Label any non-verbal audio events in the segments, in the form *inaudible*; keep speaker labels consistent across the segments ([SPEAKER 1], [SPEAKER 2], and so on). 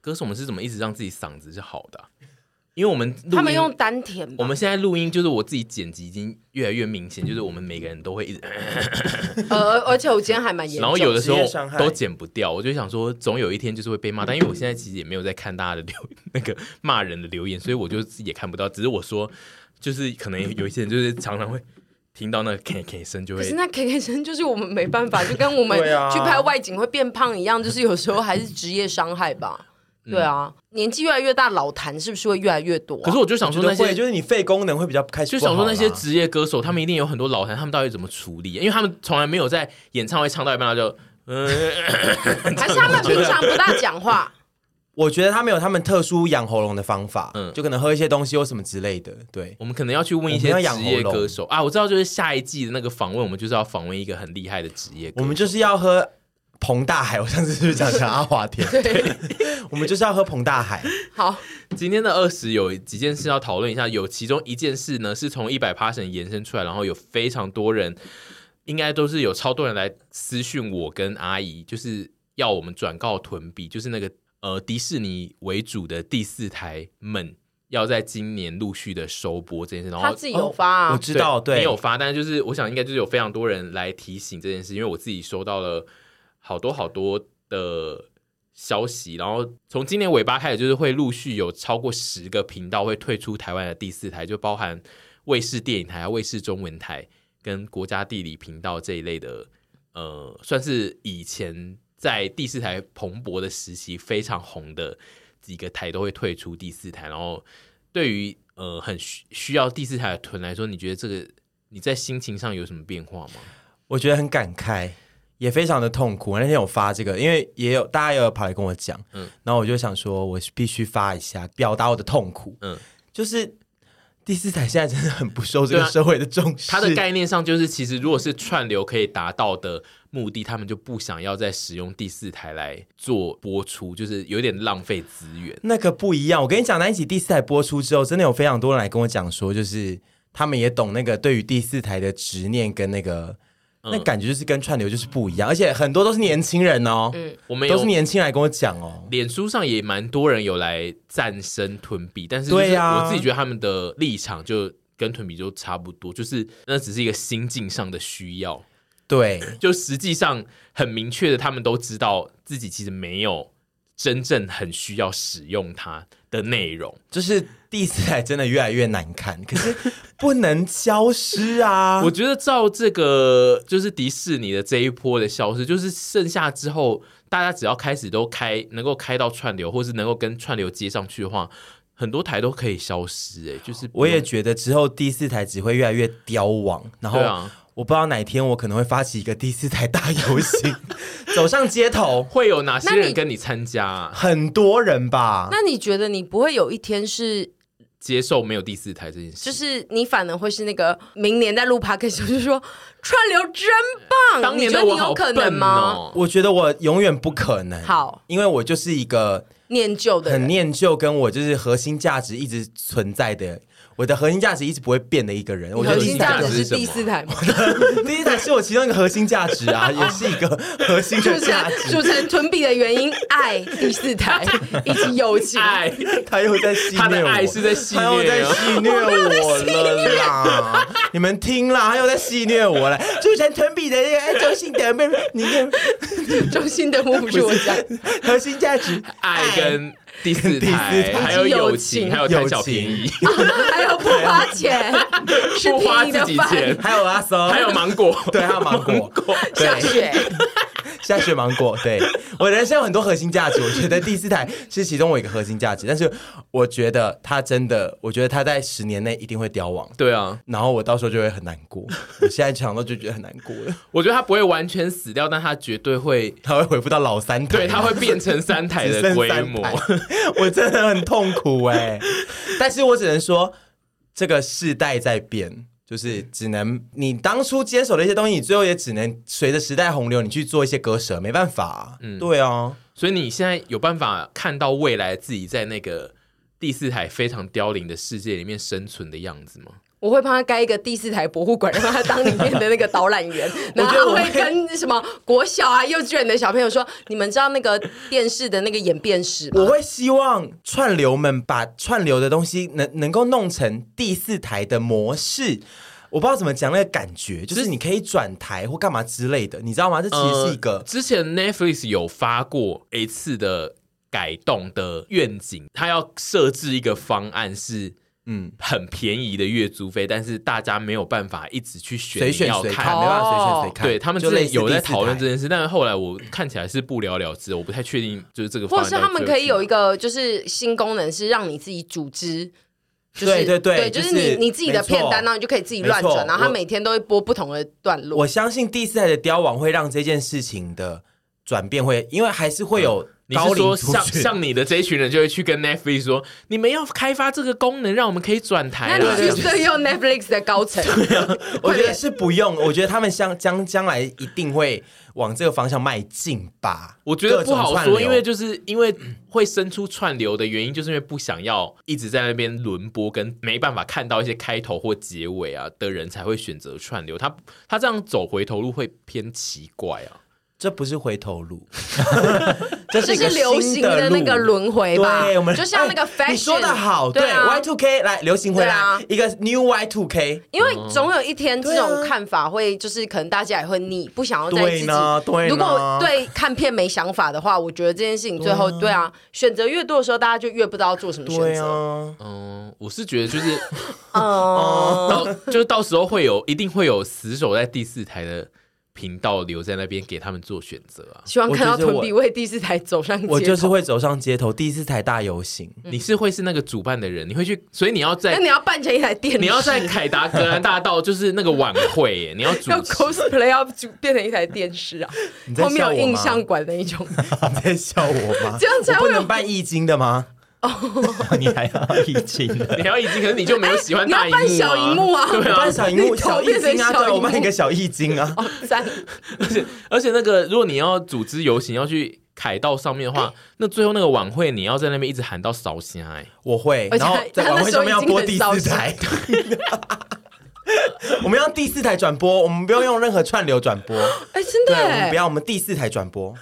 [SPEAKER 1] 歌手们是怎么一直让自己嗓子是好的啊、因为我们录
[SPEAKER 2] 他们
[SPEAKER 1] 音
[SPEAKER 2] 用丹田吧，
[SPEAKER 1] 我们现在录音就是我自己剪辑已经越来越明显，就是我们每个人都会一直，
[SPEAKER 2] 呃，而而且我今天还蛮严
[SPEAKER 1] 然
[SPEAKER 2] 重
[SPEAKER 1] 后
[SPEAKER 2] 的，
[SPEAKER 1] 有的时候
[SPEAKER 3] 职业伤害
[SPEAKER 1] 都剪不掉。我就想说，总有一天就是会被骂，但因为我现在其实也没有在看大家的留那个骂人的留言，所以我就也看不到。只是我说，就是可能有一些人就是常常会听到那个 K K 声，就
[SPEAKER 2] 可
[SPEAKER 1] 会
[SPEAKER 2] 是那 K K 声就是我们没办法，就跟
[SPEAKER 1] *laughs*
[SPEAKER 2] 我们
[SPEAKER 3] 对啊
[SPEAKER 2] 去拍外景会变胖一样，就是有时候还是职业伤害吧。对啊，年纪越来越大，老痰是不是会越来越多、啊？
[SPEAKER 1] 嗯可是我就想
[SPEAKER 3] 我觉
[SPEAKER 1] 说
[SPEAKER 3] 得
[SPEAKER 1] 那
[SPEAKER 3] 会，
[SPEAKER 1] 些
[SPEAKER 3] 就是你肺功能会比较开始，
[SPEAKER 1] 就想说那些职业歌手，他们一定有很多老痰，他们到底怎么处理？因为他们从来没有在演唱会唱到一半他就嗯，
[SPEAKER 2] 还是他
[SPEAKER 1] *laughs*
[SPEAKER 2] 们平常不大讲话，
[SPEAKER 3] 我觉得他们有他们特殊养喉咙的方法，
[SPEAKER 1] 嗯
[SPEAKER 3] 就可能喝一些东西或什么之类的。对，
[SPEAKER 1] 我们可能要去问一些职业歌手啊，我知道，就是下一季的那个访问，我们就是要访问一个很厉害的职业歌手。
[SPEAKER 3] 我们就是要喝彭大海，我 *laughs* 上次是不是讲讲阿华田？对，我们就是要喝彭
[SPEAKER 2] *laughs*
[SPEAKER 3] 大海。
[SPEAKER 2] 好，
[SPEAKER 1] 今天的二十有几件事要讨论一下，有其中一件事呢是从一百 passion 延伸出来，然后有非常多人，应该都是有超多人来私讯我跟阿姨，就是要我们转告屯比，就是那个呃迪士尼为主的第四台们要在今年陆续的收播这件事，然后
[SPEAKER 2] 他自己有发啊。
[SPEAKER 1] 哦
[SPEAKER 3] 哦我知道，对，
[SPEAKER 1] 没有发，但是就是我想应该就是有非常多人来提醒这件事，因为我自己收到了好多好多的消息，然后从今年尾巴开始，就是会陆续有超过十个频道会退出台湾的第四台，就包含卫视电影台、卫视中文台跟国家地理频道这一类的，呃，算是以前在第四台蓬勃的时期非常红的几个台都会退出第四台，然后对于呃很需需要第四台的屯来说，你觉得这个你在心情上有什么变化吗？
[SPEAKER 3] 我觉得很感慨，也非常的痛苦。我那天有发这个，因为也有大家也有跑来跟我讲，
[SPEAKER 1] 嗯
[SPEAKER 3] 嗯，然后我就想说，我必须发一下，表达我的痛苦，
[SPEAKER 1] 嗯
[SPEAKER 3] 嗯，就是。第四台现在真的很不受这
[SPEAKER 1] 对
[SPEAKER 3] 个
[SPEAKER 1] 啊
[SPEAKER 3] 社会的重视，
[SPEAKER 1] 它的概念上就是，其实如果是串流可以达到的目的，他们就不想要再使用第四台来做播出，就是有点浪费资源。
[SPEAKER 3] 那个不一样。我跟你讲，那一集第四台播出之后，真的有非常多人来跟我讲说，就是他们也懂那个对于第四台的执念跟那个。
[SPEAKER 1] 嗯
[SPEAKER 3] 那感觉就是跟串流就是不一样，而且很多都是年轻人哦，
[SPEAKER 1] 我嗯们有
[SPEAKER 3] 都是年轻人来跟我讲哦，
[SPEAKER 1] 脸书上也蛮多人有来战胜屯比，但是就是
[SPEAKER 3] 对啊呀
[SPEAKER 1] 我自己觉得他们的立场就跟屯比就差不多，就是那只是一个心境上的需要，
[SPEAKER 3] 对，
[SPEAKER 1] 就实际上很明确的，他们都知道自己其实没有真正很需要使用它的内容。
[SPEAKER 3] 就是第四台真的越来越难看，可是不能消失啊
[SPEAKER 1] *laughs* 我。觉得照这个就是迪士尼的这一波的消失，就是剩下之后，大家只要开始都开能够开到串流，或是能够跟串流接上去的话，很多台都可以消失、哎，就是不
[SPEAKER 3] 我也
[SPEAKER 1] 用
[SPEAKER 3] 觉得之后第四台只会越来越凋亡，然后
[SPEAKER 1] 对啊
[SPEAKER 3] 我不知道哪天我可能会发起一个第四台大游行，走上街头，
[SPEAKER 1] 会有哪些
[SPEAKER 2] 那
[SPEAKER 1] 人
[SPEAKER 2] 你
[SPEAKER 1] 跟你参加啊、
[SPEAKER 3] 很多人吧。
[SPEAKER 2] 那你觉得你不会有一天是，
[SPEAKER 1] 接受没有第四台这件事？
[SPEAKER 2] 就是你反而会是那个明年在录 p o d c a s 就说串流真棒，
[SPEAKER 1] 当年
[SPEAKER 2] 你觉
[SPEAKER 1] 的
[SPEAKER 2] 得
[SPEAKER 1] 我
[SPEAKER 2] 你有
[SPEAKER 1] 好
[SPEAKER 2] 可
[SPEAKER 1] 笨
[SPEAKER 2] 能吗？
[SPEAKER 1] 哦、
[SPEAKER 3] 我觉得我永远不可能。
[SPEAKER 2] 好，
[SPEAKER 3] 因为我就是一个
[SPEAKER 2] 念旧的
[SPEAKER 3] 很
[SPEAKER 2] 人，
[SPEAKER 3] 念旧，跟我就是核心价值一直存在的，我的核心价值一直不会变的一个人。我
[SPEAKER 2] 你
[SPEAKER 3] 觉得
[SPEAKER 2] 核
[SPEAKER 3] 第
[SPEAKER 2] 心
[SPEAKER 3] 一
[SPEAKER 2] 价
[SPEAKER 3] 台
[SPEAKER 1] 核心价值
[SPEAKER 2] 值
[SPEAKER 1] 是
[SPEAKER 2] 是第四台吗？
[SPEAKER 3] *laughs* 第一台是我其中一个核心价
[SPEAKER 2] *laughs*
[SPEAKER 3] 值啊，也是一个核心
[SPEAKER 2] 主
[SPEAKER 3] 的
[SPEAKER 2] 持
[SPEAKER 3] 价
[SPEAKER 2] 人
[SPEAKER 3] 值。
[SPEAKER 2] 主持人屯比的原因，爱第四台以及友情。 *laughs*
[SPEAKER 1] 爱，
[SPEAKER 3] 他又在
[SPEAKER 1] *laughs*
[SPEAKER 3] 戏
[SPEAKER 1] 他
[SPEAKER 3] 虐
[SPEAKER 1] 的
[SPEAKER 3] 我，
[SPEAKER 1] 爱是在戏
[SPEAKER 3] 他又
[SPEAKER 1] 虐
[SPEAKER 3] 在
[SPEAKER 1] 啊。
[SPEAKER 3] 戏虐我了啦！你们听啦，他又在戏虐我了。主持人屯比的那个爱周信德妹妹，你念
[SPEAKER 2] 中心的目不是我讲，
[SPEAKER 3] 核心价值
[SPEAKER 1] 爱跟第四
[SPEAKER 3] 跟第
[SPEAKER 1] 台，
[SPEAKER 3] 四台
[SPEAKER 1] 还有友
[SPEAKER 2] 友
[SPEAKER 1] 情，
[SPEAKER 2] 情
[SPEAKER 1] 还有贪小便宜， *laughs*
[SPEAKER 2] 还有不花
[SPEAKER 3] 哎
[SPEAKER 2] 钱，吃
[SPEAKER 1] 不花
[SPEAKER 2] 便宜
[SPEAKER 1] 自
[SPEAKER 2] 的
[SPEAKER 1] *laughs* 己
[SPEAKER 2] 饭，
[SPEAKER 1] 钱，
[SPEAKER 3] 还有阿松，
[SPEAKER 1] 还有芒果，
[SPEAKER 3] *laughs* 对，还有芒果，对
[SPEAKER 2] 下雪。
[SPEAKER 3] 下雪芒果，对我人生有很多核心价值，我觉得第四台是其中我一个核心价值，但是我觉得它真的，我觉得它在十年内一定会凋亡，
[SPEAKER 1] *laughs* 对啊，
[SPEAKER 3] 然后我到时候就会很难过。我现在想到就觉得很难过了，
[SPEAKER 1] 我觉得他不会完全死掉，但他绝对会，
[SPEAKER 3] 它会回复到老三台，
[SPEAKER 1] 对，他会变成三台
[SPEAKER 3] 啊只
[SPEAKER 1] 的
[SPEAKER 3] 剩
[SPEAKER 1] 规
[SPEAKER 3] 三
[SPEAKER 1] 模。
[SPEAKER 3] 台，我真的很痛苦哎、但是我只能说，这个世代在变。就是只能你当初接手的一些东西，你最后也只能随着时代洪流，你去做一些割舍，没办法、嗯，对啊，
[SPEAKER 1] 所以你现在有办法看到未来自己在那个第四台非常凋零的世界里面生存的样子吗？
[SPEAKER 2] 我会帮他盖一个第四台博物馆，让他当里面的那个导览员，然后
[SPEAKER 3] 觉得
[SPEAKER 2] 他
[SPEAKER 3] 我
[SPEAKER 2] 会跟什么国小啊、幼稚园的小朋友说：“你们知道那个电视的那个演变史吗
[SPEAKER 3] 我会希望串流们把串流的东西能能够弄成第四台的模式。我不知道怎么讲那个感觉，就是你可以转台或干嘛之类的，你知道吗？这其实是一个
[SPEAKER 1] 呃、之前 Netflix 有发过一次的改动的愿景，它要设置一个方案是。嗯
[SPEAKER 3] 嗯，
[SPEAKER 1] 很便宜的月租费，但是大家没有办法一直去选
[SPEAKER 3] 随
[SPEAKER 1] 你
[SPEAKER 3] 选
[SPEAKER 1] 要
[SPEAKER 3] 随
[SPEAKER 1] 看哦
[SPEAKER 3] 看，没办法随选随看。
[SPEAKER 1] 对他们
[SPEAKER 3] 就
[SPEAKER 1] 之
[SPEAKER 3] 类
[SPEAKER 1] 前
[SPEAKER 3] 似
[SPEAKER 1] 有在
[SPEAKER 3] 第四台
[SPEAKER 1] 讨论这件事，但是后来我看起来是不了了之，我不太确定就是这个方
[SPEAKER 2] 或
[SPEAKER 1] 案到底
[SPEAKER 2] 者是
[SPEAKER 1] 最后去哪。
[SPEAKER 2] 他们可以有一个就是新功能，是让你自己组织。就是、
[SPEAKER 3] 对对对
[SPEAKER 2] 对，
[SPEAKER 3] 就是
[SPEAKER 2] 是你你自己的片
[SPEAKER 3] 没错
[SPEAKER 2] 单，然后你就可以自己乱转，
[SPEAKER 3] 没错
[SPEAKER 2] 然后他
[SPEAKER 3] 我
[SPEAKER 2] 每天都会播不同的段落。
[SPEAKER 3] 我相信第四台的标网会让这件事情的转变会，因为还是会有
[SPEAKER 1] 嗯你
[SPEAKER 3] 高
[SPEAKER 1] 是
[SPEAKER 3] 龄
[SPEAKER 1] 说
[SPEAKER 3] 族
[SPEAKER 1] 像
[SPEAKER 3] 群 *laughs*
[SPEAKER 1] 像你的这一群人就会去跟 Netflix 说，你们要开发这个功能，让我们可以转
[SPEAKER 2] 那
[SPEAKER 1] 台
[SPEAKER 2] 你
[SPEAKER 1] 啦。
[SPEAKER 2] 是最用 Netflix 的高
[SPEAKER 3] *laughs*
[SPEAKER 2] 层，
[SPEAKER 3] 我
[SPEAKER 2] 快
[SPEAKER 3] 觉
[SPEAKER 2] 点
[SPEAKER 3] 得是不用，我觉得他们相将将来一定会往这个方向迈进吧。
[SPEAKER 1] 我觉得不
[SPEAKER 3] 各种
[SPEAKER 1] 好
[SPEAKER 3] 串流
[SPEAKER 1] 说，因为就是因为会生出串流的原因，就是因为不想要一直在那边轮播，跟没办法看到一些开头或结尾啊的人才会选择串流。他他这样走回头路会偏奇怪啊。
[SPEAKER 3] 这不是回
[SPEAKER 4] *laughs*
[SPEAKER 3] 头路， *laughs* 这
[SPEAKER 2] 就是
[SPEAKER 3] 一个
[SPEAKER 2] 是流行
[SPEAKER 3] 新
[SPEAKER 2] 的
[SPEAKER 3] 的
[SPEAKER 2] 那个轮回吧
[SPEAKER 3] 对，我们
[SPEAKER 2] 就像那个
[SPEAKER 3] 哎
[SPEAKER 2] fashion，
[SPEAKER 3] 你说的好，
[SPEAKER 2] 对
[SPEAKER 3] 对
[SPEAKER 2] 啊
[SPEAKER 3] Y two K 来流行回
[SPEAKER 2] 对
[SPEAKER 3] 来
[SPEAKER 2] 啊
[SPEAKER 3] 一个 New Y two K，
[SPEAKER 2] 因为总有一天这种
[SPEAKER 3] 对啊
[SPEAKER 2] 看法会，就是可能大家也会腻，不想要再自
[SPEAKER 3] 对
[SPEAKER 2] 己
[SPEAKER 3] 呢。对呢
[SPEAKER 2] 如果对看片没想法的话，我觉得这件事情最后对啊，选择越多的时候，大家就越不知道做什么选
[SPEAKER 3] 对
[SPEAKER 2] 择。
[SPEAKER 3] 啊，
[SPEAKER 1] 嗯，我是觉得
[SPEAKER 2] *laughs*
[SPEAKER 1] 就是
[SPEAKER 3] 哦
[SPEAKER 2] 嗯，
[SPEAKER 1] 到就是到时候会有一定会有死守在第四台的频道留在那边给他们做选择啊。
[SPEAKER 2] 希望看到
[SPEAKER 3] 我就是我
[SPEAKER 2] 屯比为第四台走上街头。
[SPEAKER 3] 我就是会走上街头，第四台大
[SPEAKER 4] *laughs*
[SPEAKER 3] 游行，
[SPEAKER 1] 你是会是那个主办的人，你会去，所以你要在
[SPEAKER 2] 嗯那你要扮成一台电视，
[SPEAKER 1] 你要在凯达格兰大道就是那个晚会耶，你要主
[SPEAKER 2] 要
[SPEAKER 1] 持。
[SPEAKER 2] cosplay 要就变成一台电视啊，
[SPEAKER 3] *laughs* 你在
[SPEAKER 2] 后面
[SPEAKER 3] 笑
[SPEAKER 2] 有
[SPEAKER 3] 我
[SPEAKER 2] 印
[SPEAKER 3] 吗
[SPEAKER 2] 象馆那一种，
[SPEAKER 3] 你在笑我吗？
[SPEAKER 2] *laughs* 这样才
[SPEAKER 3] 我
[SPEAKER 2] 会哦
[SPEAKER 3] 不
[SPEAKER 2] 有
[SPEAKER 3] 能办易经的吗？
[SPEAKER 4] *laughs* 你还要一斤的，
[SPEAKER 1] *laughs* 你还要已经，可是你就没有喜欢
[SPEAKER 2] *laughs* 你要
[SPEAKER 1] 大荧幕、啊
[SPEAKER 2] 办小荧
[SPEAKER 1] *laughs*
[SPEAKER 2] 幕啊，
[SPEAKER 3] 我办小荧幕，
[SPEAKER 2] 你头
[SPEAKER 3] 小易
[SPEAKER 2] 变成
[SPEAKER 3] 经啊，
[SPEAKER 2] 小
[SPEAKER 3] 对，我
[SPEAKER 2] 荧
[SPEAKER 3] 办一
[SPEAKER 2] 幕
[SPEAKER 3] 个小易经啊。
[SPEAKER 2] 哦，赞，
[SPEAKER 1] 而且而且那个，如果你要组织游行要去凯道上面的话，那最后那个晚会你要在那边一直喊到烧香哎，
[SPEAKER 3] 我会，
[SPEAKER 2] 而且
[SPEAKER 3] 然后在晚会上面要播第
[SPEAKER 2] 他那
[SPEAKER 3] 四
[SPEAKER 2] 时候已
[SPEAKER 3] 台。 *laughs* 我们要第四台转播，我们不用用任何串流转播。
[SPEAKER 2] 哎，真的
[SPEAKER 3] 对，我们
[SPEAKER 2] 耶
[SPEAKER 3] 不，要，我们第四台转播。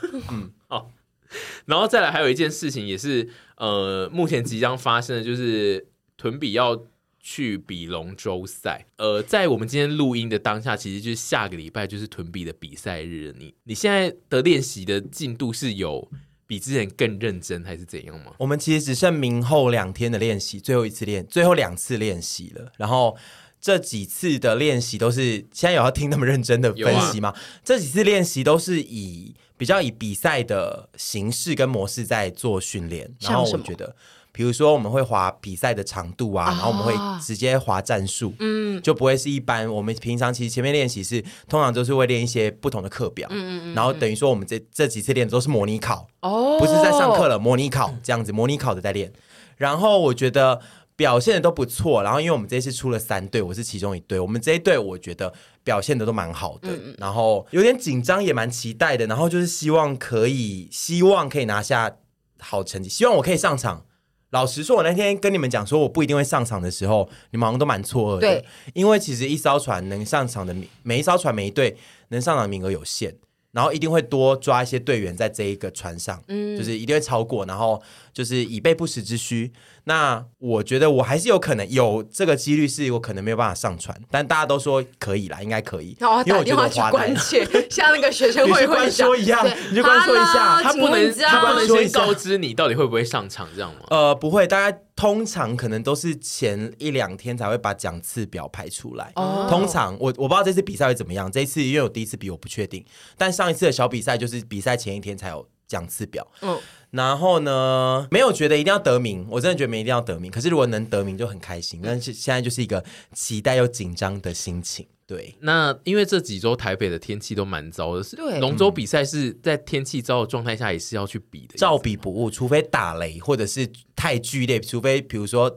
[SPEAKER 1] 然后再来还有一件事情也是呃，目前即将发生的就是屯比要。去比龙舟赛，呃，在我们今天录音的当下，其实就是下个礼拜就是屯比的比赛日了。你你现在的练习的进度是有比之前更认真，还是怎样吗？
[SPEAKER 3] 我们其实只剩明后两天的练习，最后一次练，最后两次练习了。然后这几次的练习都是，现在有要听那么认真的分析吗？这几次练习都是以比较以比赛的形式跟模式在做训练。然后
[SPEAKER 2] 像什
[SPEAKER 3] 我
[SPEAKER 2] 么
[SPEAKER 3] 觉得，比如说我们会划比赛的长度啊，然后我们
[SPEAKER 2] 啊
[SPEAKER 3] 会直接划战术，嗯，就不会是一般我们平常其实前面练习是通常都是会练一些不同的课表，嗯嗯然后等于说我们这这几次练的都是模拟考。
[SPEAKER 2] 哦，
[SPEAKER 3] 不是在上课了，模拟考这样子，模拟考的在练。然后我觉得表现的都不错，然后因为我们这一次出了三队，我是其中一队，我们这一队我觉得表现的都蛮好的，然后有点紧张也蛮期待的，然后就是希望可以，希望可以拿下好成绩，希望我可以上场。老实说，我那天跟你们讲说我不一定会上场的时候，你们好像都蛮错愕的。
[SPEAKER 2] 对，
[SPEAKER 3] 因为其实一艘船能上场的名每一艘船每一队能上场的名额有限，然后一定会多抓一些队员在这一个船上，嗯，就是一定会超过，然后就是以备不时之需。那我觉得我还是有可能有这个几率，是我可能没有办法上船，但大家都说可以啦，应该可以，
[SPEAKER 2] 然后哦
[SPEAKER 3] 因为
[SPEAKER 2] 打
[SPEAKER 3] 我觉
[SPEAKER 2] 电
[SPEAKER 3] 得
[SPEAKER 2] 话
[SPEAKER 3] 我
[SPEAKER 2] 去
[SPEAKER 3] 划得来
[SPEAKER 2] 关切，
[SPEAKER 3] *laughs*
[SPEAKER 2] 像那个学生
[SPEAKER 3] 你
[SPEAKER 2] 会
[SPEAKER 3] 去
[SPEAKER 2] 会
[SPEAKER 3] 官
[SPEAKER 2] 长
[SPEAKER 3] 说一样
[SPEAKER 2] 对
[SPEAKER 3] 你去官说一下
[SPEAKER 2] Hello，
[SPEAKER 1] 他
[SPEAKER 2] 请
[SPEAKER 1] 不
[SPEAKER 2] 问
[SPEAKER 1] 能
[SPEAKER 2] 你知
[SPEAKER 1] 他不能
[SPEAKER 2] 道
[SPEAKER 3] 说一
[SPEAKER 1] 先
[SPEAKER 3] 下
[SPEAKER 1] 告知你到底会不会上场，这样吗？
[SPEAKER 3] 呃，不会，大家通常可能都是前一两天才会把奖次表排出来。
[SPEAKER 2] 哦
[SPEAKER 3] 通常我我不知道这次比赛会怎么样，这一次因为我第一次比我不确定，但上一次的小比赛就是比赛前一天才有奖次表。
[SPEAKER 2] 嗯
[SPEAKER 3] 嗯，然后呢，没有觉得一定要得名，我真的觉得没一定要得名。可是如果能得名就很开心，但是现在就是一个期待又紧张的心情。对，
[SPEAKER 1] 那因为这几周台北的天气都蛮糟的，是
[SPEAKER 2] 对
[SPEAKER 1] 龙舟比赛是在天气糟的状态下也是要去比的，
[SPEAKER 3] 照比不误，除非打雷或者是太剧烈，除非比如说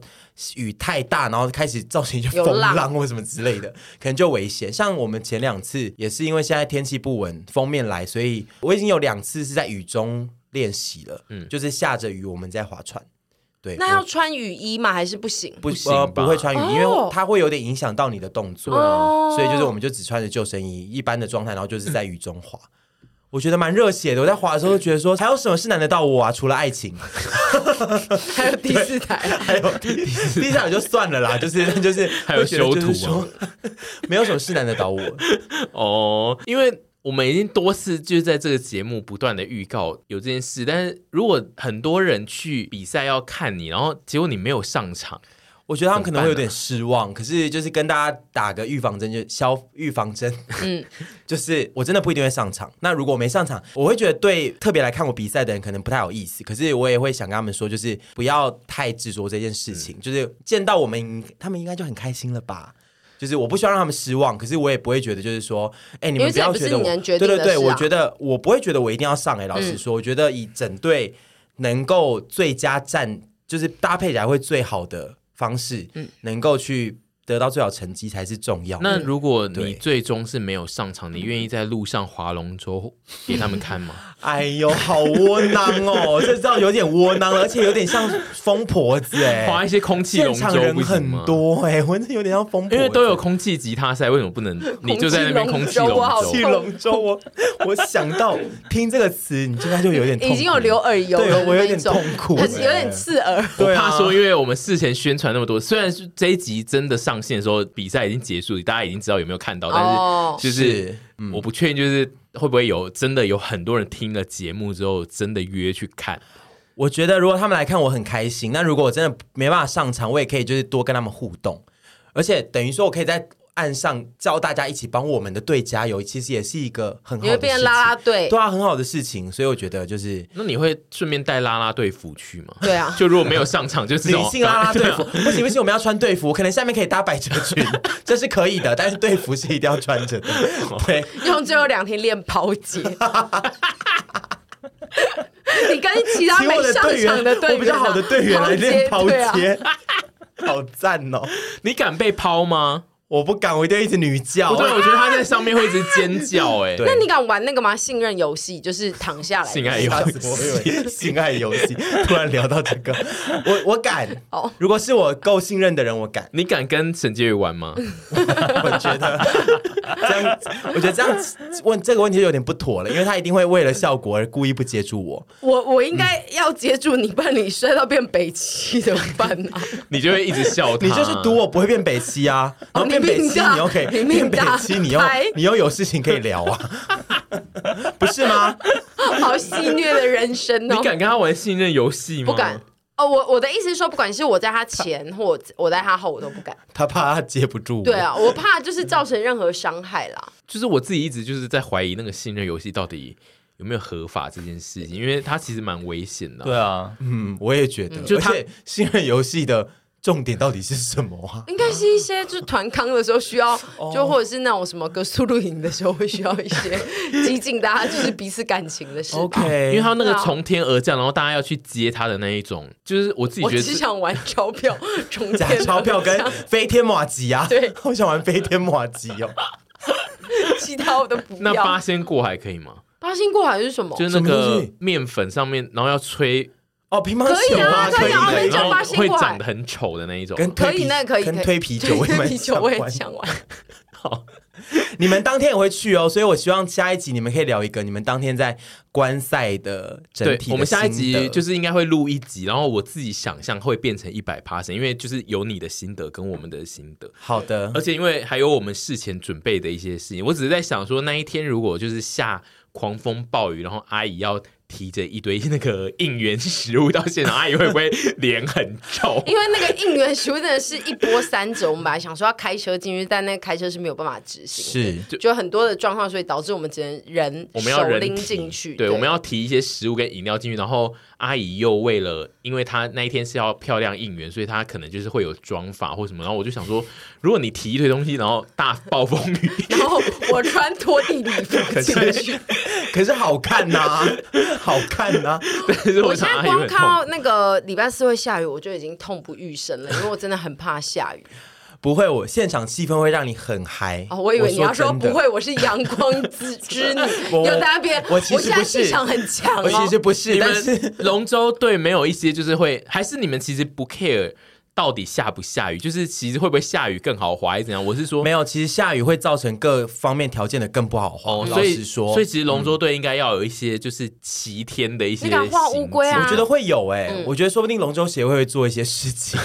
[SPEAKER 3] 雨太大，然后开始造成一些
[SPEAKER 2] 有
[SPEAKER 3] 风
[SPEAKER 2] 浪
[SPEAKER 3] 浪或什么
[SPEAKER 1] *laughs*
[SPEAKER 3] 之类的，可能就危险。像我们前两次也是因为现在天气不稳，封面来，所以我已经有两次是在雨中练习了，嗯，就是下着雨我们在划船。对，
[SPEAKER 2] 那要
[SPEAKER 3] 我
[SPEAKER 2] 穿雨衣吗？还是不行？
[SPEAKER 3] 不
[SPEAKER 1] 不行
[SPEAKER 3] 呃
[SPEAKER 1] 吧
[SPEAKER 3] 不会穿雨衣，因为
[SPEAKER 2] 哦
[SPEAKER 3] 它会有点影响到你的动作，
[SPEAKER 2] 哦
[SPEAKER 3] 啊所以就是我们就只穿着救生衣，一般的状态，然后就是在雨中滑。我觉得蛮热血的，我在滑的时候就觉得说，还有什么是难得到我啊？除了爱情，
[SPEAKER 2] 还有第四台，
[SPEAKER 3] 还有第第三就算
[SPEAKER 1] *laughs*
[SPEAKER 3] 了啦，就是就是
[SPEAKER 1] 还有
[SPEAKER 3] 会觉得就
[SPEAKER 1] 修图
[SPEAKER 3] 是
[SPEAKER 1] 啊
[SPEAKER 3] 说，没有什么是难得
[SPEAKER 1] *laughs*
[SPEAKER 3] 到我。
[SPEAKER 1] *laughs* 哦，因为我们已经多次就是在这个节目不断的预告有这件事，但是如果很多人去比赛要看你，然后结果你没有上场，
[SPEAKER 3] 我觉得他们可能会有点失望，可是就是跟大家打个预防针，就消预防针。嗯
[SPEAKER 2] 嗯，
[SPEAKER 3] *laughs* 就是我真的不一定会上场。那如果我没上场，我会觉得对特别来看我比赛的人可能不太有意思。可是我也会想跟他们说，就是不要太执着这件事
[SPEAKER 1] 嗯
[SPEAKER 3] 情。就是见到我们，他们应该就很开心了吧。就是我不希望让他们失望，可是我也不会觉得就是说，哎、
[SPEAKER 2] 因
[SPEAKER 3] 你
[SPEAKER 2] 为
[SPEAKER 3] 们不
[SPEAKER 2] 这也
[SPEAKER 3] 要
[SPEAKER 2] 不是
[SPEAKER 3] 觉得我，
[SPEAKER 2] 你能决
[SPEAKER 3] 对
[SPEAKER 2] 定
[SPEAKER 3] 对
[SPEAKER 2] 的
[SPEAKER 3] 对，
[SPEAKER 2] 事啊
[SPEAKER 3] 我觉得我不会觉得我一定要上哎、老实
[SPEAKER 2] 嗯
[SPEAKER 3] 说，我觉得以整队能够最佳战，就是搭配起来会最好的方式，
[SPEAKER 2] 嗯
[SPEAKER 3] 能够去得到最好成绩才是重要的。
[SPEAKER 1] 那如果
[SPEAKER 3] 对
[SPEAKER 1] 你最终是没有上场，你愿意在路上划龙舟给他们看吗？
[SPEAKER 3] 哎呦，好窝囊哦，这招有点窝囊，而且有点像疯婆子
[SPEAKER 1] *laughs*
[SPEAKER 3] 哎、
[SPEAKER 1] 划一些空气
[SPEAKER 3] 现
[SPEAKER 1] 龙
[SPEAKER 3] 场
[SPEAKER 1] 舟
[SPEAKER 3] 人
[SPEAKER 1] 不行
[SPEAKER 3] 很
[SPEAKER 1] 吗？
[SPEAKER 3] 多哎、我真的有点像疯婆子，
[SPEAKER 1] 因为都有空气吉他赛，为什么不能？你就在那边空气龙
[SPEAKER 2] 空气龙舟我好
[SPEAKER 1] 舟
[SPEAKER 3] 气，龙舟，我我想到听这个词，你现在就有点痛苦
[SPEAKER 2] 已经有留耳油
[SPEAKER 3] 对
[SPEAKER 2] 了，
[SPEAKER 3] 我有点痛苦
[SPEAKER 2] 很有点刺耳。
[SPEAKER 1] 我
[SPEAKER 3] 对啊
[SPEAKER 1] 怕说，因为我们事前宣传那么多，虽然是这一集真的上线的时候，比赛已经结束，大家已经知道有没有看到，但
[SPEAKER 2] 哦
[SPEAKER 1] 是就是
[SPEAKER 3] 是嗯
[SPEAKER 1] 我不确定，就是会不会有真的有很多人听了节目之后真的约去看，
[SPEAKER 3] 我觉得如果他们来看，我很开心。那如果我真的没办法上场，我也可以就是多跟他们互动，而且等于说我可以在岸上叫大家一起帮我们的队加油，其实也是一个很好
[SPEAKER 2] 你
[SPEAKER 3] 的
[SPEAKER 2] 会
[SPEAKER 3] 事情
[SPEAKER 2] 变啦啦队
[SPEAKER 3] 对，啊，很好的事情。所以我觉得就是。
[SPEAKER 1] 那你会顺便带啦啦队服去吗？
[SPEAKER 2] 对啊，
[SPEAKER 1] *laughs* 就如果没有上场，就这
[SPEAKER 3] 理
[SPEAKER 1] 种啊
[SPEAKER 3] 性啦啦
[SPEAKER 1] *laughs*
[SPEAKER 3] 队服， *laughs* 不行不行，我们要穿队服，可能下面可以搭百褶裙，这是可以的，但是队服是一定要穿着的。对，
[SPEAKER 2] 用最后两天练跑
[SPEAKER 3] *laughs*
[SPEAKER 2] 姐。你跟其他
[SPEAKER 3] 请
[SPEAKER 2] 没
[SPEAKER 3] 我的
[SPEAKER 2] 上
[SPEAKER 3] 队
[SPEAKER 2] 场
[SPEAKER 3] 员，
[SPEAKER 2] 的队
[SPEAKER 3] 我
[SPEAKER 2] 员、啊，
[SPEAKER 3] 比较好的队员来
[SPEAKER 2] *laughs*
[SPEAKER 3] 练跑
[SPEAKER 2] 对啊
[SPEAKER 3] 接，好赞哦！
[SPEAKER 1] 你敢被抛吗？
[SPEAKER 3] 我不敢，我一定一直女叫。
[SPEAKER 1] 不对，我觉得他在上面会一直尖叫、哎，
[SPEAKER 3] 哦 *laughs* 对
[SPEAKER 2] 那你敢玩那个吗？信任游戏就是躺下来，
[SPEAKER 1] 性爱游
[SPEAKER 3] 吓死 *laughs* 我！我
[SPEAKER 1] 戏，
[SPEAKER 3] 以为性爱游戏， *laughs* 突然聊到这个，我我敢
[SPEAKER 2] 哦。
[SPEAKER 3] 如果是我够信任的人，我敢。
[SPEAKER 1] *laughs* 你敢跟沈婕妤玩吗？
[SPEAKER 3] 我觉得 *laughs* 这样，我觉得这样问这个问题就有点不妥了，因为他一定会为了效果而故意不接住我。
[SPEAKER 2] 我我应该要接住你，不然你摔到变北齐怎么办啊？
[SPEAKER 1] 你就会一直笑他，
[SPEAKER 3] 你就是赌我不会变北七啊，然后变北
[SPEAKER 2] 你
[SPEAKER 3] 七
[SPEAKER 2] 命大
[SPEAKER 3] 你又可以
[SPEAKER 2] 你啊
[SPEAKER 3] 变
[SPEAKER 2] 命
[SPEAKER 3] 北
[SPEAKER 2] 大
[SPEAKER 3] 七，你又
[SPEAKER 2] 开
[SPEAKER 3] 你又有事情可以聊 *laughs* 啊，不是吗？
[SPEAKER 2] 好戏虐的人生
[SPEAKER 1] 嗯你
[SPEAKER 2] 哦，
[SPEAKER 1] 敢跟嗯他玩信任游戏吗？
[SPEAKER 2] 不敢。哦，我我的意思是说，不管是我在他前或我我在他后，我都不敢。
[SPEAKER 1] 嗯
[SPEAKER 3] 他怕他接不住我。
[SPEAKER 2] 对啊，我怕就是造成任何伤害啦。
[SPEAKER 1] 就是我自己一直就是在怀疑那个信任游戏到底有没有合法这件事情，因为它其实蛮危险的。
[SPEAKER 4] 对啊，
[SPEAKER 3] 嗯，我也觉得，
[SPEAKER 1] 就
[SPEAKER 3] 而
[SPEAKER 1] 他
[SPEAKER 3] 且信任游戏的重点到底是什么啊？
[SPEAKER 2] 应该是一些就是团康的时候需要，
[SPEAKER 1] 哦
[SPEAKER 2] 就或者是那种什么格苏露营的时候会需要
[SPEAKER 1] *laughs*
[SPEAKER 2] 一些激进大家就是彼此感情的事吧。
[SPEAKER 3] OK，
[SPEAKER 1] 因为他那个
[SPEAKER 2] 对啊
[SPEAKER 1] 从天而降，然后大家要去接他的那一种，就是我自己
[SPEAKER 2] 我
[SPEAKER 1] 觉得
[SPEAKER 2] 只
[SPEAKER 1] 是，
[SPEAKER 2] 想玩钞票，中
[SPEAKER 3] 假
[SPEAKER 2] 间
[SPEAKER 3] 钞票跟飞天马吉啊，
[SPEAKER 2] 对
[SPEAKER 3] 我想玩飞天马吉哦，
[SPEAKER 2] 其他我都不
[SPEAKER 1] 那八
[SPEAKER 2] 要。
[SPEAKER 1] 仙过海可以吗？
[SPEAKER 2] 八星过海是什
[SPEAKER 3] 哦
[SPEAKER 2] 么？
[SPEAKER 1] 就是那
[SPEAKER 3] 什么东
[SPEAKER 1] 个
[SPEAKER 3] 西
[SPEAKER 1] 面粉上面，然后要吹，
[SPEAKER 3] 哦，乒乓
[SPEAKER 2] 可以
[SPEAKER 3] 球
[SPEAKER 2] 啊
[SPEAKER 3] 可
[SPEAKER 2] 可以啊
[SPEAKER 3] 可
[SPEAKER 2] 我们
[SPEAKER 3] 以
[SPEAKER 1] 然
[SPEAKER 2] 叫
[SPEAKER 1] 后
[SPEAKER 2] 八仙
[SPEAKER 1] 会
[SPEAKER 2] 过海
[SPEAKER 1] 长得很丑的那一种。
[SPEAKER 3] 跟
[SPEAKER 2] 可
[SPEAKER 3] 推
[SPEAKER 2] 以
[SPEAKER 3] 啤
[SPEAKER 2] 那个可以
[SPEAKER 3] 跟
[SPEAKER 2] 可以
[SPEAKER 3] 推啤
[SPEAKER 2] *laughs*
[SPEAKER 3] 酒，我也蛮
[SPEAKER 2] 啤酒我也
[SPEAKER 3] 想
[SPEAKER 2] 想
[SPEAKER 3] 玩。
[SPEAKER 2] 玩。
[SPEAKER 3] 你们当天也会去哦，所以我希望下一集你们可以聊一个你们当天在观赛的整
[SPEAKER 1] 对
[SPEAKER 3] 体，的
[SPEAKER 1] 我们下一
[SPEAKER 3] 心得
[SPEAKER 1] 集就是应该会录一集，然后我自己想象会变成一百 p a s s 因为就是有你的心得跟我们的心得，
[SPEAKER 3] 好的
[SPEAKER 1] 而，且因为还有我们事前准备的一些事情，我只是在想说，那一天如果就是下狂风暴雨，然后阿姨要提着一堆那个应援食物到现场，阿姨会不会脸很臭？
[SPEAKER 2] 因为那个应援食物真的是一波三折，我们本来想说要开车进去，但那个开车是没有办法执行，
[SPEAKER 3] 是
[SPEAKER 2] 就很多的状况，所以导致我们只能人
[SPEAKER 1] 我们要
[SPEAKER 2] 手
[SPEAKER 1] 人
[SPEAKER 2] 拎
[SPEAKER 1] 提
[SPEAKER 2] 进去。
[SPEAKER 1] 对，我们要提一些食物跟饮料进去，然后阿姨又为了，因为她那一天是要漂亮应援，所以她可能就是会有妆法或什么。然后我就想说，如果你提一堆东西，然后大暴风雨， *laughs*
[SPEAKER 2] 然后我穿拖地礼服进去。
[SPEAKER 3] 可是好看呐、 *laughs* 好看呐、
[SPEAKER 1] 但是
[SPEAKER 2] 我现
[SPEAKER 1] 想阿姨
[SPEAKER 2] 在
[SPEAKER 1] 会
[SPEAKER 2] 光
[SPEAKER 1] 很
[SPEAKER 2] 看
[SPEAKER 1] 痛苦。
[SPEAKER 2] 到那个礼拜四会下雨，我就已经痛不欲生了，因为我真的很怕下雨。
[SPEAKER 3] 不会，我现场气氛会让你很嗨。
[SPEAKER 2] 哦，我以为你要说
[SPEAKER 3] 真的
[SPEAKER 2] 不，会，我是阳光
[SPEAKER 1] *laughs*
[SPEAKER 2] 之之女，
[SPEAKER 3] 我
[SPEAKER 2] 要在那边，
[SPEAKER 3] 我其实
[SPEAKER 2] 现在
[SPEAKER 3] 不是
[SPEAKER 2] 气场很强
[SPEAKER 3] 我其
[SPEAKER 2] 哦
[SPEAKER 3] 实。不是，
[SPEAKER 1] 你
[SPEAKER 3] 但是 *laughs*
[SPEAKER 1] 们 *laughs* 龙舟队没有一些就是会，还是你们其实不 care 到底下不下雨，就是其实会不会下雨更好滑，还是怎样？我是说
[SPEAKER 3] 没有，其实下雨会造成各方面条件的更不好滑。
[SPEAKER 1] 哦，
[SPEAKER 3] 老
[SPEAKER 1] 所以
[SPEAKER 3] 实说，嗯
[SPEAKER 1] 所以其实龙舟队应该要有一些就是齐天的一些
[SPEAKER 2] 你敢画乌龟啊
[SPEAKER 1] 行
[SPEAKER 3] 我觉得会有哎、
[SPEAKER 2] 嗯
[SPEAKER 3] 我觉得说不定龙舟协会会做一些
[SPEAKER 2] *laughs*
[SPEAKER 3] 事情，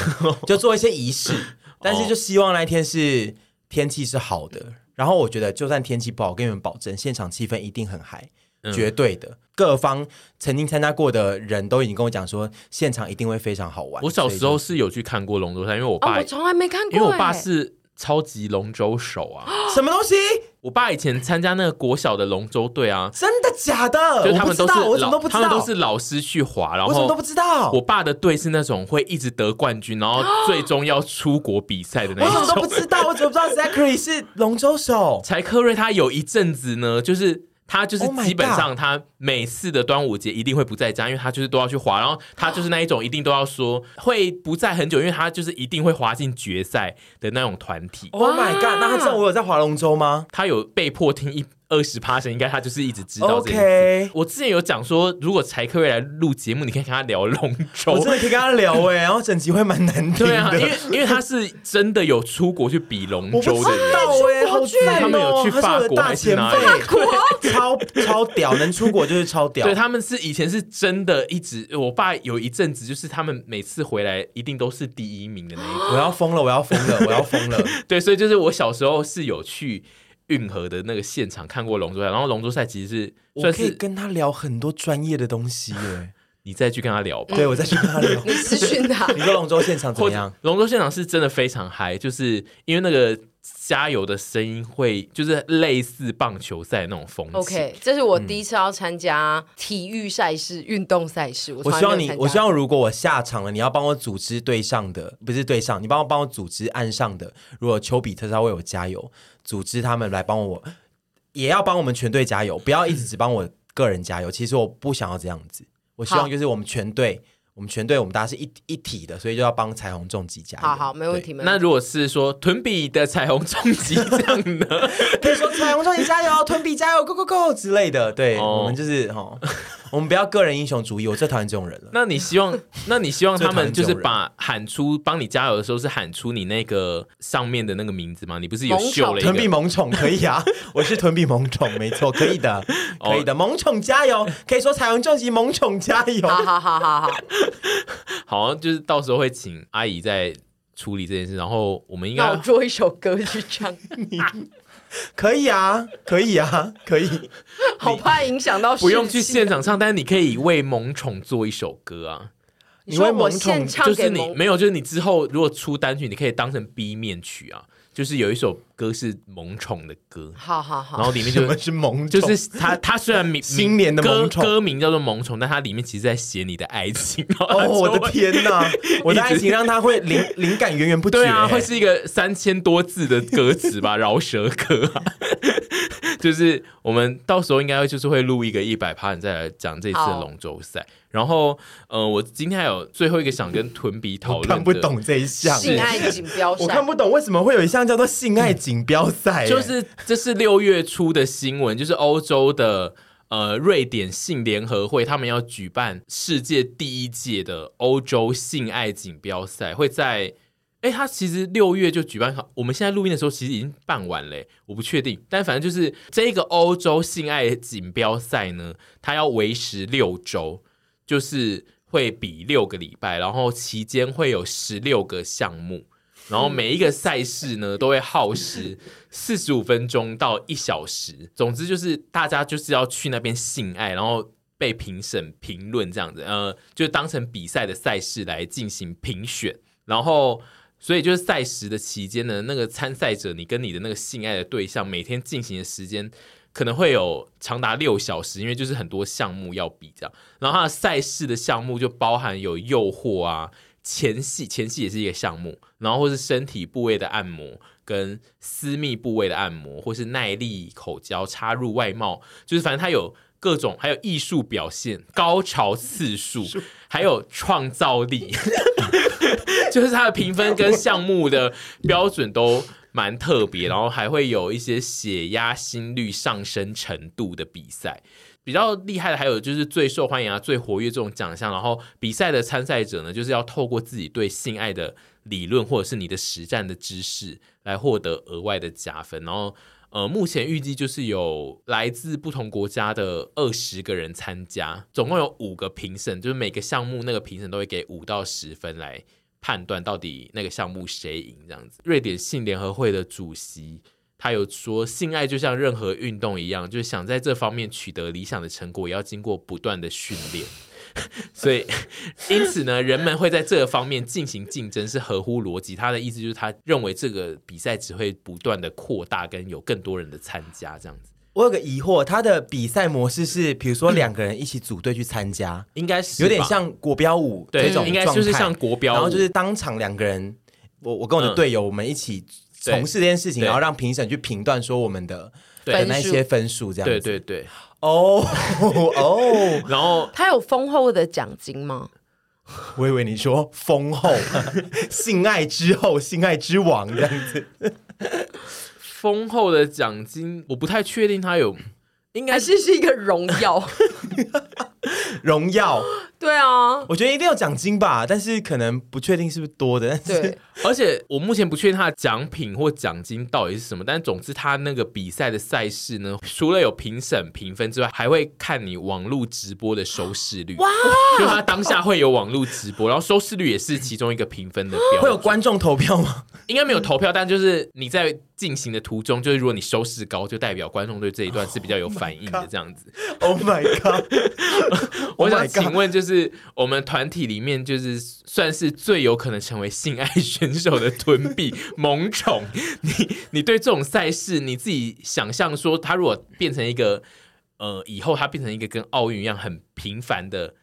[SPEAKER 3] 就做一些仪式，
[SPEAKER 2] 哦
[SPEAKER 3] 但是就希望那一天是天气是好的。然后我觉得就算天气不好，我跟你们保证，现场气氛一定很嗨，
[SPEAKER 1] 嗯
[SPEAKER 3] 绝对的。各方曾经参加过的人都已经跟我讲说，现场一定会非常好玩。
[SPEAKER 1] 我小时
[SPEAKER 3] 所以
[SPEAKER 1] 候
[SPEAKER 3] 就是
[SPEAKER 1] 有去看过龙舟赛，因为我
[SPEAKER 2] 哦，
[SPEAKER 1] 爸，
[SPEAKER 2] 我从来没看过
[SPEAKER 1] 因
[SPEAKER 2] 哎。
[SPEAKER 1] 为我爸
[SPEAKER 3] 欸
[SPEAKER 1] 是超级龙舟手啊，
[SPEAKER 3] *gasps* 什么东西？
[SPEAKER 1] 我爸以前参加那个国小的龙舟队啊，
[SPEAKER 3] 真的假的？
[SPEAKER 1] 就是他们都是
[SPEAKER 3] 我不知道我怎
[SPEAKER 1] 老
[SPEAKER 3] 么都不知
[SPEAKER 1] 他
[SPEAKER 3] 道，
[SPEAKER 1] 们都是老师去滑，然
[SPEAKER 3] 我怎么都不
[SPEAKER 1] 后。
[SPEAKER 3] 知道，
[SPEAKER 1] 我爸的队是那种会一直得冠军，然后最终要出国比赛的那
[SPEAKER 3] 我怎么
[SPEAKER 1] 一
[SPEAKER 3] 都
[SPEAKER 1] 种
[SPEAKER 3] 不。知道，我怎么不知道 Zachary 是龙舟手？
[SPEAKER 1] 柴科瑞他有一阵子呢，就是他就是
[SPEAKER 3] Oh my
[SPEAKER 1] 基本上他每次的端午节一定会不在家，因为他就是都要去滑，然后他就是那一种一定都要说会不在很久，因为他就是一定会滑进决赛的那种团体。
[SPEAKER 3] Oh my god！那他知道我有在划龙舟吗？
[SPEAKER 1] 他有被迫听一二十趴声，应该他就是一直知道这件事。
[SPEAKER 3] OK
[SPEAKER 1] 我之前有讲说，如果柴科瑞来录节目，你可以跟他聊龙
[SPEAKER 3] 我
[SPEAKER 1] 舟
[SPEAKER 3] 真。的可以跟他聊哎、然后整集会蛮难听的。
[SPEAKER 1] 对啊，因为因为他是真的有出国去比龙
[SPEAKER 3] 我不
[SPEAKER 1] 舟
[SPEAKER 3] 知
[SPEAKER 1] 的人。
[SPEAKER 3] 道哎、好赞哦、
[SPEAKER 1] 他们有去法国
[SPEAKER 3] 他是我的
[SPEAKER 1] 还
[SPEAKER 3] 大前辈，超超屌，能出国就是超屌
[SPEAKER 1] 对，。他们是以前是真的一直，我爸有一阵子就是他们每次回来一定都是第一名的那
[SPEAKER 2] *gasps*
[SPEAKER 1] 一种。
[SPEAKER 3] 我要疯了，我要疯
[SPEAKER 1] *laughs*
[SPEAKER 3] 了，我要疯了！
[SPEAKER 1] 对，所以就是我小时候是有去运河的那个现场看过龙舟赛，然后龙舟赛其实是
[SPEAKER 3] 我
[SPEAKER 1] 算
[SPEAKER 3] 可以
[SPEAKER 1] 是
[SPEAKER 3] 跟他聊很多专业的东西耶。
[SPEAKER 1] 你再去跟他聊吧。
[SPEAKER 2] 嗯
[SPEAKER 3] 对，我再去跟
[SPEAKER 2] *laughs*
[SPEAKER 3] 他聊。
[SPEAKER 2] 你私讯他，
[SPEAKER 3] 你说龙舟现场怎
[SPEAKER 1] 或
[SPEAKER 2] 啊
[SPEAKER 3] 么
[SPEAKER 1] 者
[SPEAKER 3] 样？
[SPEAKER 1] 龙舟现场是真的非常嗨，就是因为那个加油的声音会就是类似棒球赛那种风气。
[SPEAKER 2] OK，这是我第一次要参加体育赛事、运动赛事。我
[SPEAKER 3] 我
[SPEAKER 2] 从
[SPEAKER 3] 希
[SPEAKER 2] 来
[SPEAKER 3] 望
[SPEAKER 2] 没有
[SPEAKER 3] 你
[SPEAKER 2] 参，加
[SPEAKER 3] 我希望如果我下场了，你要帮我组织对上的，不是对上，你帮我帮我组织岸上的。如果丘比特是要为我加油，组织他们来帮我，也要帮我们全队加油，不要一直只帮我个人加油。其实我不想要这样子，我希
[SPEAKER 2] 好
[SPEAKER 3] 望就是我们全队，我们全队我们大家是一一体的，所以就要帮彩虹重击加油。
[SPEAKER 2] 好好，没问题，没
[SPEAKER 1] 那
[SPEAKER 2] 问题。
[SPEAKER 1] 如果是说屯比的彩虹重击这样呢？
[SPEAKER 3] 对。可以说彩虹重击加油，屯比加油，Go Go Go 之类的。对、
[SPEAKER 1] 哦
[SPEAKER 3] 我们就是哦，我们不要个人英雄主义，我最讨厌这种人了。
[SPEAKER 1] 那你希
[SPEAKER 3] *laughs*
[SPEAKER 1] 望，那你希望他们就
[SPEAKER 3] 最讨厌这
[SPEAKER 1] 是
[SPEAKER 3] 种人
[SPEAKER 1] 把喊出帮你加油的时候是喊出你那个上面的那个名字吗？你不是有
[SPEAKER 2] 萌宠
[SPEAKER 1] 秀了一
[SPEAKER 3] 臀比
[SPEAKER 1] 个？
[SPEAKER 3] 萌宠可
[SPEAKER 1] *laughs*
[SPEAKER 3] 以啊，我是臀比萌宠，没错，可以的，
[SPEAKER 1] 哦
[SPEAKER 3] 可以的，萌宠加油，可以说彩虹重击萌宠加油。
[SPEAKER 1] 啊
[SPEAKER 2] 好好好好好，
[SPEAKER 1] 好像就是到时候会请阿姨再处理这件事，然后我们应
[SPEAKER 2] 那我
[SPEAKER 1] 该
[SPEAKER 2] 做一首歌去唱，
[SPEAKER 3] 可以啊，可以啊，可以。
[SPEAKER 2] 好怕影响到
[SPEAKER 1] 不用去
[SPEAKER 2] 士气
[SPEAKER 1] 现场唱，但是你可以为萌宠做一首歌啊。
[SPEAKER 2] 你说
[SPEAKER 3] 你为
[SPEAKER 2] 我
[SPEAKER 3] 萌宠
[SPEAKER 2] 现唱
[SPEAKER 1] 就
[SPEAKER 2] 给
[SPEAKER 1] 是你
[SPEAKER 2] 萌
[SPEAKER 1] 没有，就是你之后如果出单曲，你可以当成 B 面曲啊，就是有一首歌是萌宠的
[SPEAKER 3] *laughs*
[SPEAKER 1] 歌，
[SPEAKER 2] 好好好
[SPEAKER 1] 然，后里面
[SPEAKER 3] 什
[SPEAKER 1] 就
[SPEAKER 3] 么是萌宠？
[SPEAKER 1] 就是他他虽然名
[SPEAKER 3] 新年的萌宠
[SPEAKER 1] 歌歌名叫做萌宠，但它里面其实在写你的爱情。然后它
[SPEAKER 3] 哦，
[SPEAKER 1] 就会
[SPEAKER 3] 我的天哪，
[SPEAKER 1] *laughs*
[SPEAKER 3] 我的爱情让他会灵灵感源源不绝。欸
[SPEAKER 1] 对啊，会是一个三千多字的歌词吧，饶舌歌、啊。 *laughs* 就是我们到时候应该就是会录一个一百趴，你再来讲这次的龙舟赛。然后，呃，我今天还有最后一个想跟屯比讨
[SPEAKER 3] 我
[SPEAKER 1] 论，
[SPEAKER 3] 看不。懂这一项，
[SPEAKER 2] 性爱锦标
[SPEAKER 3] 我
[SPEAKER 2] 赛
[SPEAKER 3] 看。不懂为什么会有一项叫做性爱锦标赛，
[SPEAKER 1] 就是这是六月初的新闻，就是欧洲的呃瑞典性联合会，他们要举办世界第一届的欧洲性爱锦标赛，会在。哎，它其实六月就举办好，我们现在录音的时候其实已经办完嘞，我不确定，但反正就是这个欧洲性爱锦标赛呢，它要维持六周，就是会比六个礼拜，然后期间会有十六个项目，然后每一个赛事呢都会耗时四十五分钟到一小时。总之就是大家就是要去那边性爱，然后被评审评论这样子，呃，就当成比赛的赛事来进行评选，然后。所以就是赛时的期间呢，那个参赛者你跟你的那个性爱的对象每天进行的时间可能会有长达六小时，因为就是很多项目要比这样。然后它的赛事的项目就包含有诱惑啊、前戏，前戏也是一个项目，然后或是身体部位的按摩。跟私密部位的按摩，或是耐力口交、插入外貌，就是反正它有各种，还有艺术表现、高潮次数，还有创造力， *laughs* 就是它的评分跟项目的标准都蛮特别，然后还会有一些血压、心率上升程度的比赛。比较厉害的还有就是最受欢迎啊、最活跃这种奖项，然后比赛的参赛者呢，就是要透过自己对性爱的理论或者是你的实战的知识来获得额外的加分。然后呃，目前预计就是有来自不同国家的二十个人参加，总共有五个评审，就是每个项目那个评审都会给五到十分来判断到底那个项目谁赢这样子。瑞典性联合会的主席他有说，性爱就像任何运动一样，就是想在这方面取得理想的成果，也要经过不断的训练。 *laughs* 所以，因此呢，人们会在这个方面进行竞争是合乎逻辑。他的意思就是，他认为这个比赛只会不断的扩大，跟有更多人的参加这样子。
[SPEAKER 3] 我有个疑惑，他的比赛模式是，比如说两个人一起组队去参加，
[SPEAKER 1] 应该是
[SPEAKER 3] 有点
[SPEAKER 1] 吧
[SPEAKER 3] 像国标舞
[SPEAKER 1] 对
[SPEAKER 3] 这种，
[SPEAKER 1] 应该就是像国标舞
[SPEAKER 3] 然后就是当场两个人，我我跟我的队友，我们一起
[SPEAKER 1] 对
[SPEAKER 3] 从事这件事情，
[SPEAKER 1] 对
[SPEAKER 3] 然后让评审去评断说我们的
[SPEAKER 1] 对
[SPEAKER 3] 的那些分数，这样
[SPEAKER 1] 对
[SPEAKER 3] 子
[SPEAKER 1] 对对，
[SPEAKER 3] 哦哦， *laughs*
[SPEAKER 1] 然后
[SPEAKER 2] 他有丰厚的奖金吗？
[SPEAKER 3] 我以为你说丰厚 *laughs* 性爱之后，性爱之王这样子，
[SPEAKER 1] 丰厚的奖金，我不太确定他有，应该
[SPEAKER 2] 还是是一个荣耀？
[SPEAKER 3] 荣耀，
[SPEAKER 2] 对啊，
[SPEAKER 3] 我觉得一定有奖金吧，但是可能不确定是不是多的，但是
[SPEAKER 2] 对，
[SPEAKER 1] *laughs* 而且我目前不确定他的奖品或奖金到底是什么，但总之他那个比赛的赛事呢，除了有评审评分之外，还会看你网络直播的收视率。哇！就他当下会有网络直播，然后收视率也是其中一个评分的
[SPEAKER 3] *laughs*
[SPEAKER 1] 标准。
[SPEAKER 3] 会有观众投票吗？
[SPEAKER 1] 应该没有投票，但就是你在进行的途中，就是如果你收视高，就代表观众对这一段是比较有反应的这样子。
[SPEAKER 3] Oh my god！
[SPEAKER 1] 我
[SPEAKER 3] Oh
[SPEAKER 1] 想
[SPEAKER 3] my God
[SPEAKER 1] 请问，就是我们团体里面，就是算是最有可能成为性爱选手的臀比萌宠，你你对这种赛事，你自己想象说，它如果变成一个呃，以后它变成一个跟奥运一样很频繁的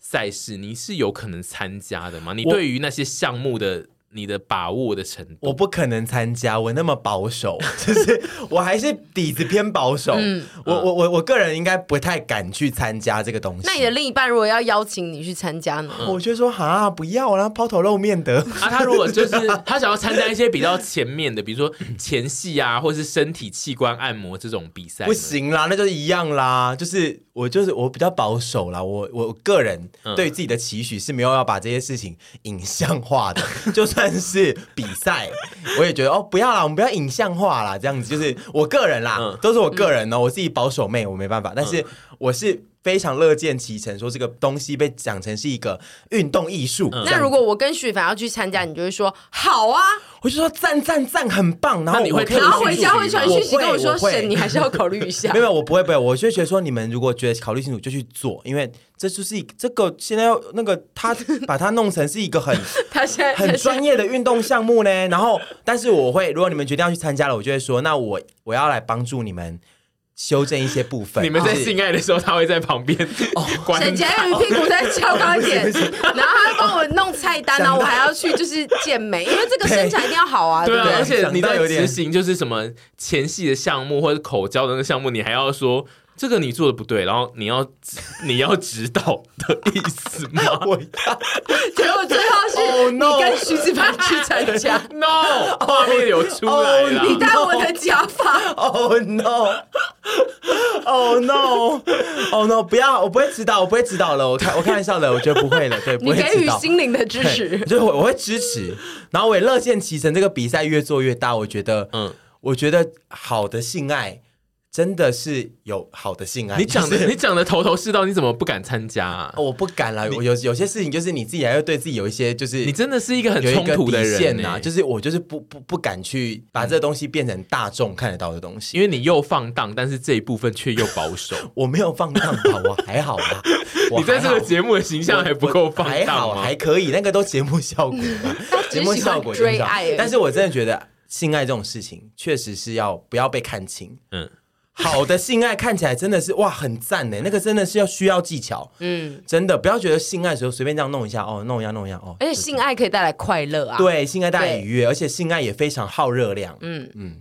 [SPEAKER 1] 赛事，你是有可能参加的吗？你
[SPEAKER 3] 我
[SPEAKER 1] 对于那些项目的你的把握的程度，
[SPEAKER 3] 我不可能参加，我那么保守， *laughs* 就是我还是底子偏保守。
[SPEAKER 2] 嗯
[SPEAKER 3] 我我我我个人应该不太敢去参加这个东西。
[SPEAKER 2] 那你的另一半如果要邀请你去参加呢？
[SPEAKER 3] 我就说哈，不要啦，抛头露面的。
[SPEAKER 1] 啊，他如果就是他想要参加一些比较前面的，比如说前戏啊，或是身体器官按摩这种比赛呢，
[SPEAKER 3] 不行啦，那就是一样啦，就是我就是我比较保守啦，我我个人
[SPEAKER 2] 嗯
[SPEAKER 3] 对自己的期许是没有要把这些事情影像化的， *laughs* 就算是比赛，我也觉得哦不要啦，我们不要影像化啦，这样子就是我个人啦，
[SPEAKER 1] 嗯
[SPEAKER 3] 都是我个人哦，我自己保守妹我没办法，但
[SPEAKER 2] 嗯
[SPEAKER 3] 是我是非常乐见其成，说这个东西被讲成是一个运动艺术，这
[SPEAKER 2] 嗯那
[SPEAKER 3] 样
[SPEAKER 2] 如果我跟许凡要去参加，你就会说好啊，
[SPEAKER 3] 我就说赞赞赞，很棒，然后
[SPEAKER 1] 那你会
[SPEAKER 3] 我可以
[SPEAKER 1] 特
[SPEAKER 2] 然
[SPEAKER 1] 别
[SPEAKER 2] 后回家会传讯息
[SPEAKER 3] 我会
[SPEAKER 2] 跟我说：“
[SPEAKER 3] 我会
[SPEAKER 2] 沈，你还是要考虑一下
[SPEAKER 3] 没。有，没有我不会，不会，我就觉得说，你们如果觉得考虑清楚就去做，因为这就是一这个现在要那个他把它弄成是
[SPEAKER 1] *laughs*
[SPEAKER 3] 一个很”
[SPEAKER 2] *laughs* 他现在
[SPEAKER 3] 很专业的运动项目呢。然后，但是我会，如果你们决定要去参加了，我就会说，那我我要来帮助你们修正一些部
[SPEAKER 1] *laughs*
[SPEAKER 3] 分。
[SPEAKER 1] 你们在
[SPEAKER 3] 就是
[SPEAKER 1] 性爱的时候，他会在旁边 *laughs* 观
[SPEAKER 2] 沈杰
[SPEAKER 1] 察。
[SPEAKER 2] 宇屁股再翘
[SPEAKER 3] *laughs*
[SPEAKER 2] 高一点， *laughs* 然后他帮我弄菜单，然后我还要去就是健美，因为这个身材一定要好啊，
[SPEAKER 1] 对
[SPEAKER 2] 不
[SPEAKER 1] 啊，
[SPEAKER 2] 对？
[SPEAKER 1] 而且你在
[SPEAKER 3] 想到有
[SPEAKER 1] 执
[SPEAKER 3] 点
[SPEAKER 1] 行就是什么前戏的项目或者口交的那个项目，你还要说这个你做的不对，然后你要你要指导的意思吗 *laughs*
[SPEAKER 3] *laughs* 我
[SPEAKER 2] 结果最后
[SPEAKER 3] Oh,
[SPEAKER 2] 是你
[SPEAKER 3] no，Oh
[SPEAKER 2] 跟徐子凡去参加，
[SPEAKER 1] ？No，画面流出来了。
[SPEAKER 2] 你戴我的假发，
[SPEAKER 3] Oh no! Oh no! Oh no! 不要，我不会指导，我不会指导了。我开我开玩笑的，我觉得不会了。对，不
[SPEAKER 2] 你
[SPEAKER 3] 会
[SPEAKER 2] 给
[SPEAKER 3] 指
[SPEAKER 2] 予
[SPEAKER 3] 导。
[SPEAKER 2] 心灵的支持
[SPEAKER 3] 对，就是我我会支持，然后我也乐见其成。这个比赛越做越大，我觉得，
[SPEAKER 1] 嗯
[SPEAKER 3] 嗯，我觉得好的性爱真的是有好的性爱。
[SPEAKER 1] 你讲
[SPEAKER 3] 就
[SPEAKER 1] 的
[SPEAKER 3] 是
[SPEAKER 1] *laughs* 你讲的头头是道，你怎么不敢参加啊？
[SPEAKER 3] 我不敢了，我有有些事情就是你自己还要对自己有一些就是
[SPEAKER 1] 你真的是一个很
[SPEAKER 3] 有一
[SPEAKER 1] 冲
[SPEAKER 3] 个
[SPEAKER 1] 突的
[SPEAKER 3] 底线
[SPEAKER 1] 人
[SPEAKER 3] 呐、
[SPEAKER 1] 欸
[SPEAKER 3] 就是我就是不不不敢去把这东西变成大众看得到的东西。
[SPEAKER 1] 因为你又放荡，但是这一部分却又保守。
[SPEAKER 3] 我没有放荡吧，我还好啦。
[SPEAKER 1] *laughs*
[SPEAKER 3] 我
[SPEAKER 1] 你在这
[SPEAKER 3] 还
[SPEAKER 1] 个
[SPEAKER 3] 好
[SPEAKER 1] 节目的形象还不够放
[SPEAKER 3] 还
[SPEAKER 1] 荡
[SPEAKER 3] 好
[SPEAKER 1] 吗？
[SPEAKER 3] 还可以，那个都节目效果啦，节目效果
[SPEAKER 2] 只是喜欢追
[SPEAKER 3] 节目效果
[SPEAKER 2] 爱而已
[SPEAKER 3] 但是我真的觉得性爱这种事情，确实是要不要被看清。
[SPEAKER 1] 嗯
[SPEAKER 3] 嗯，好的性爱看起来真的是哇，很赞欸呢，那个真的是要需要技巧，
[SPEAKER 2] 嗯，
[SPEAKER 3] 真的不要觉得性爱的时候随便这样弄一下哦，弄一下弄一下哦。
[SPEAKER 2] 而且性爱可以带来快乐啊，
[SPEAKER 3] 对，性爱带来
[SPEAKER 2] 哎对
[SPEAKER 3] 愉悦，而且性爱也非常耗热量。嗯嗯，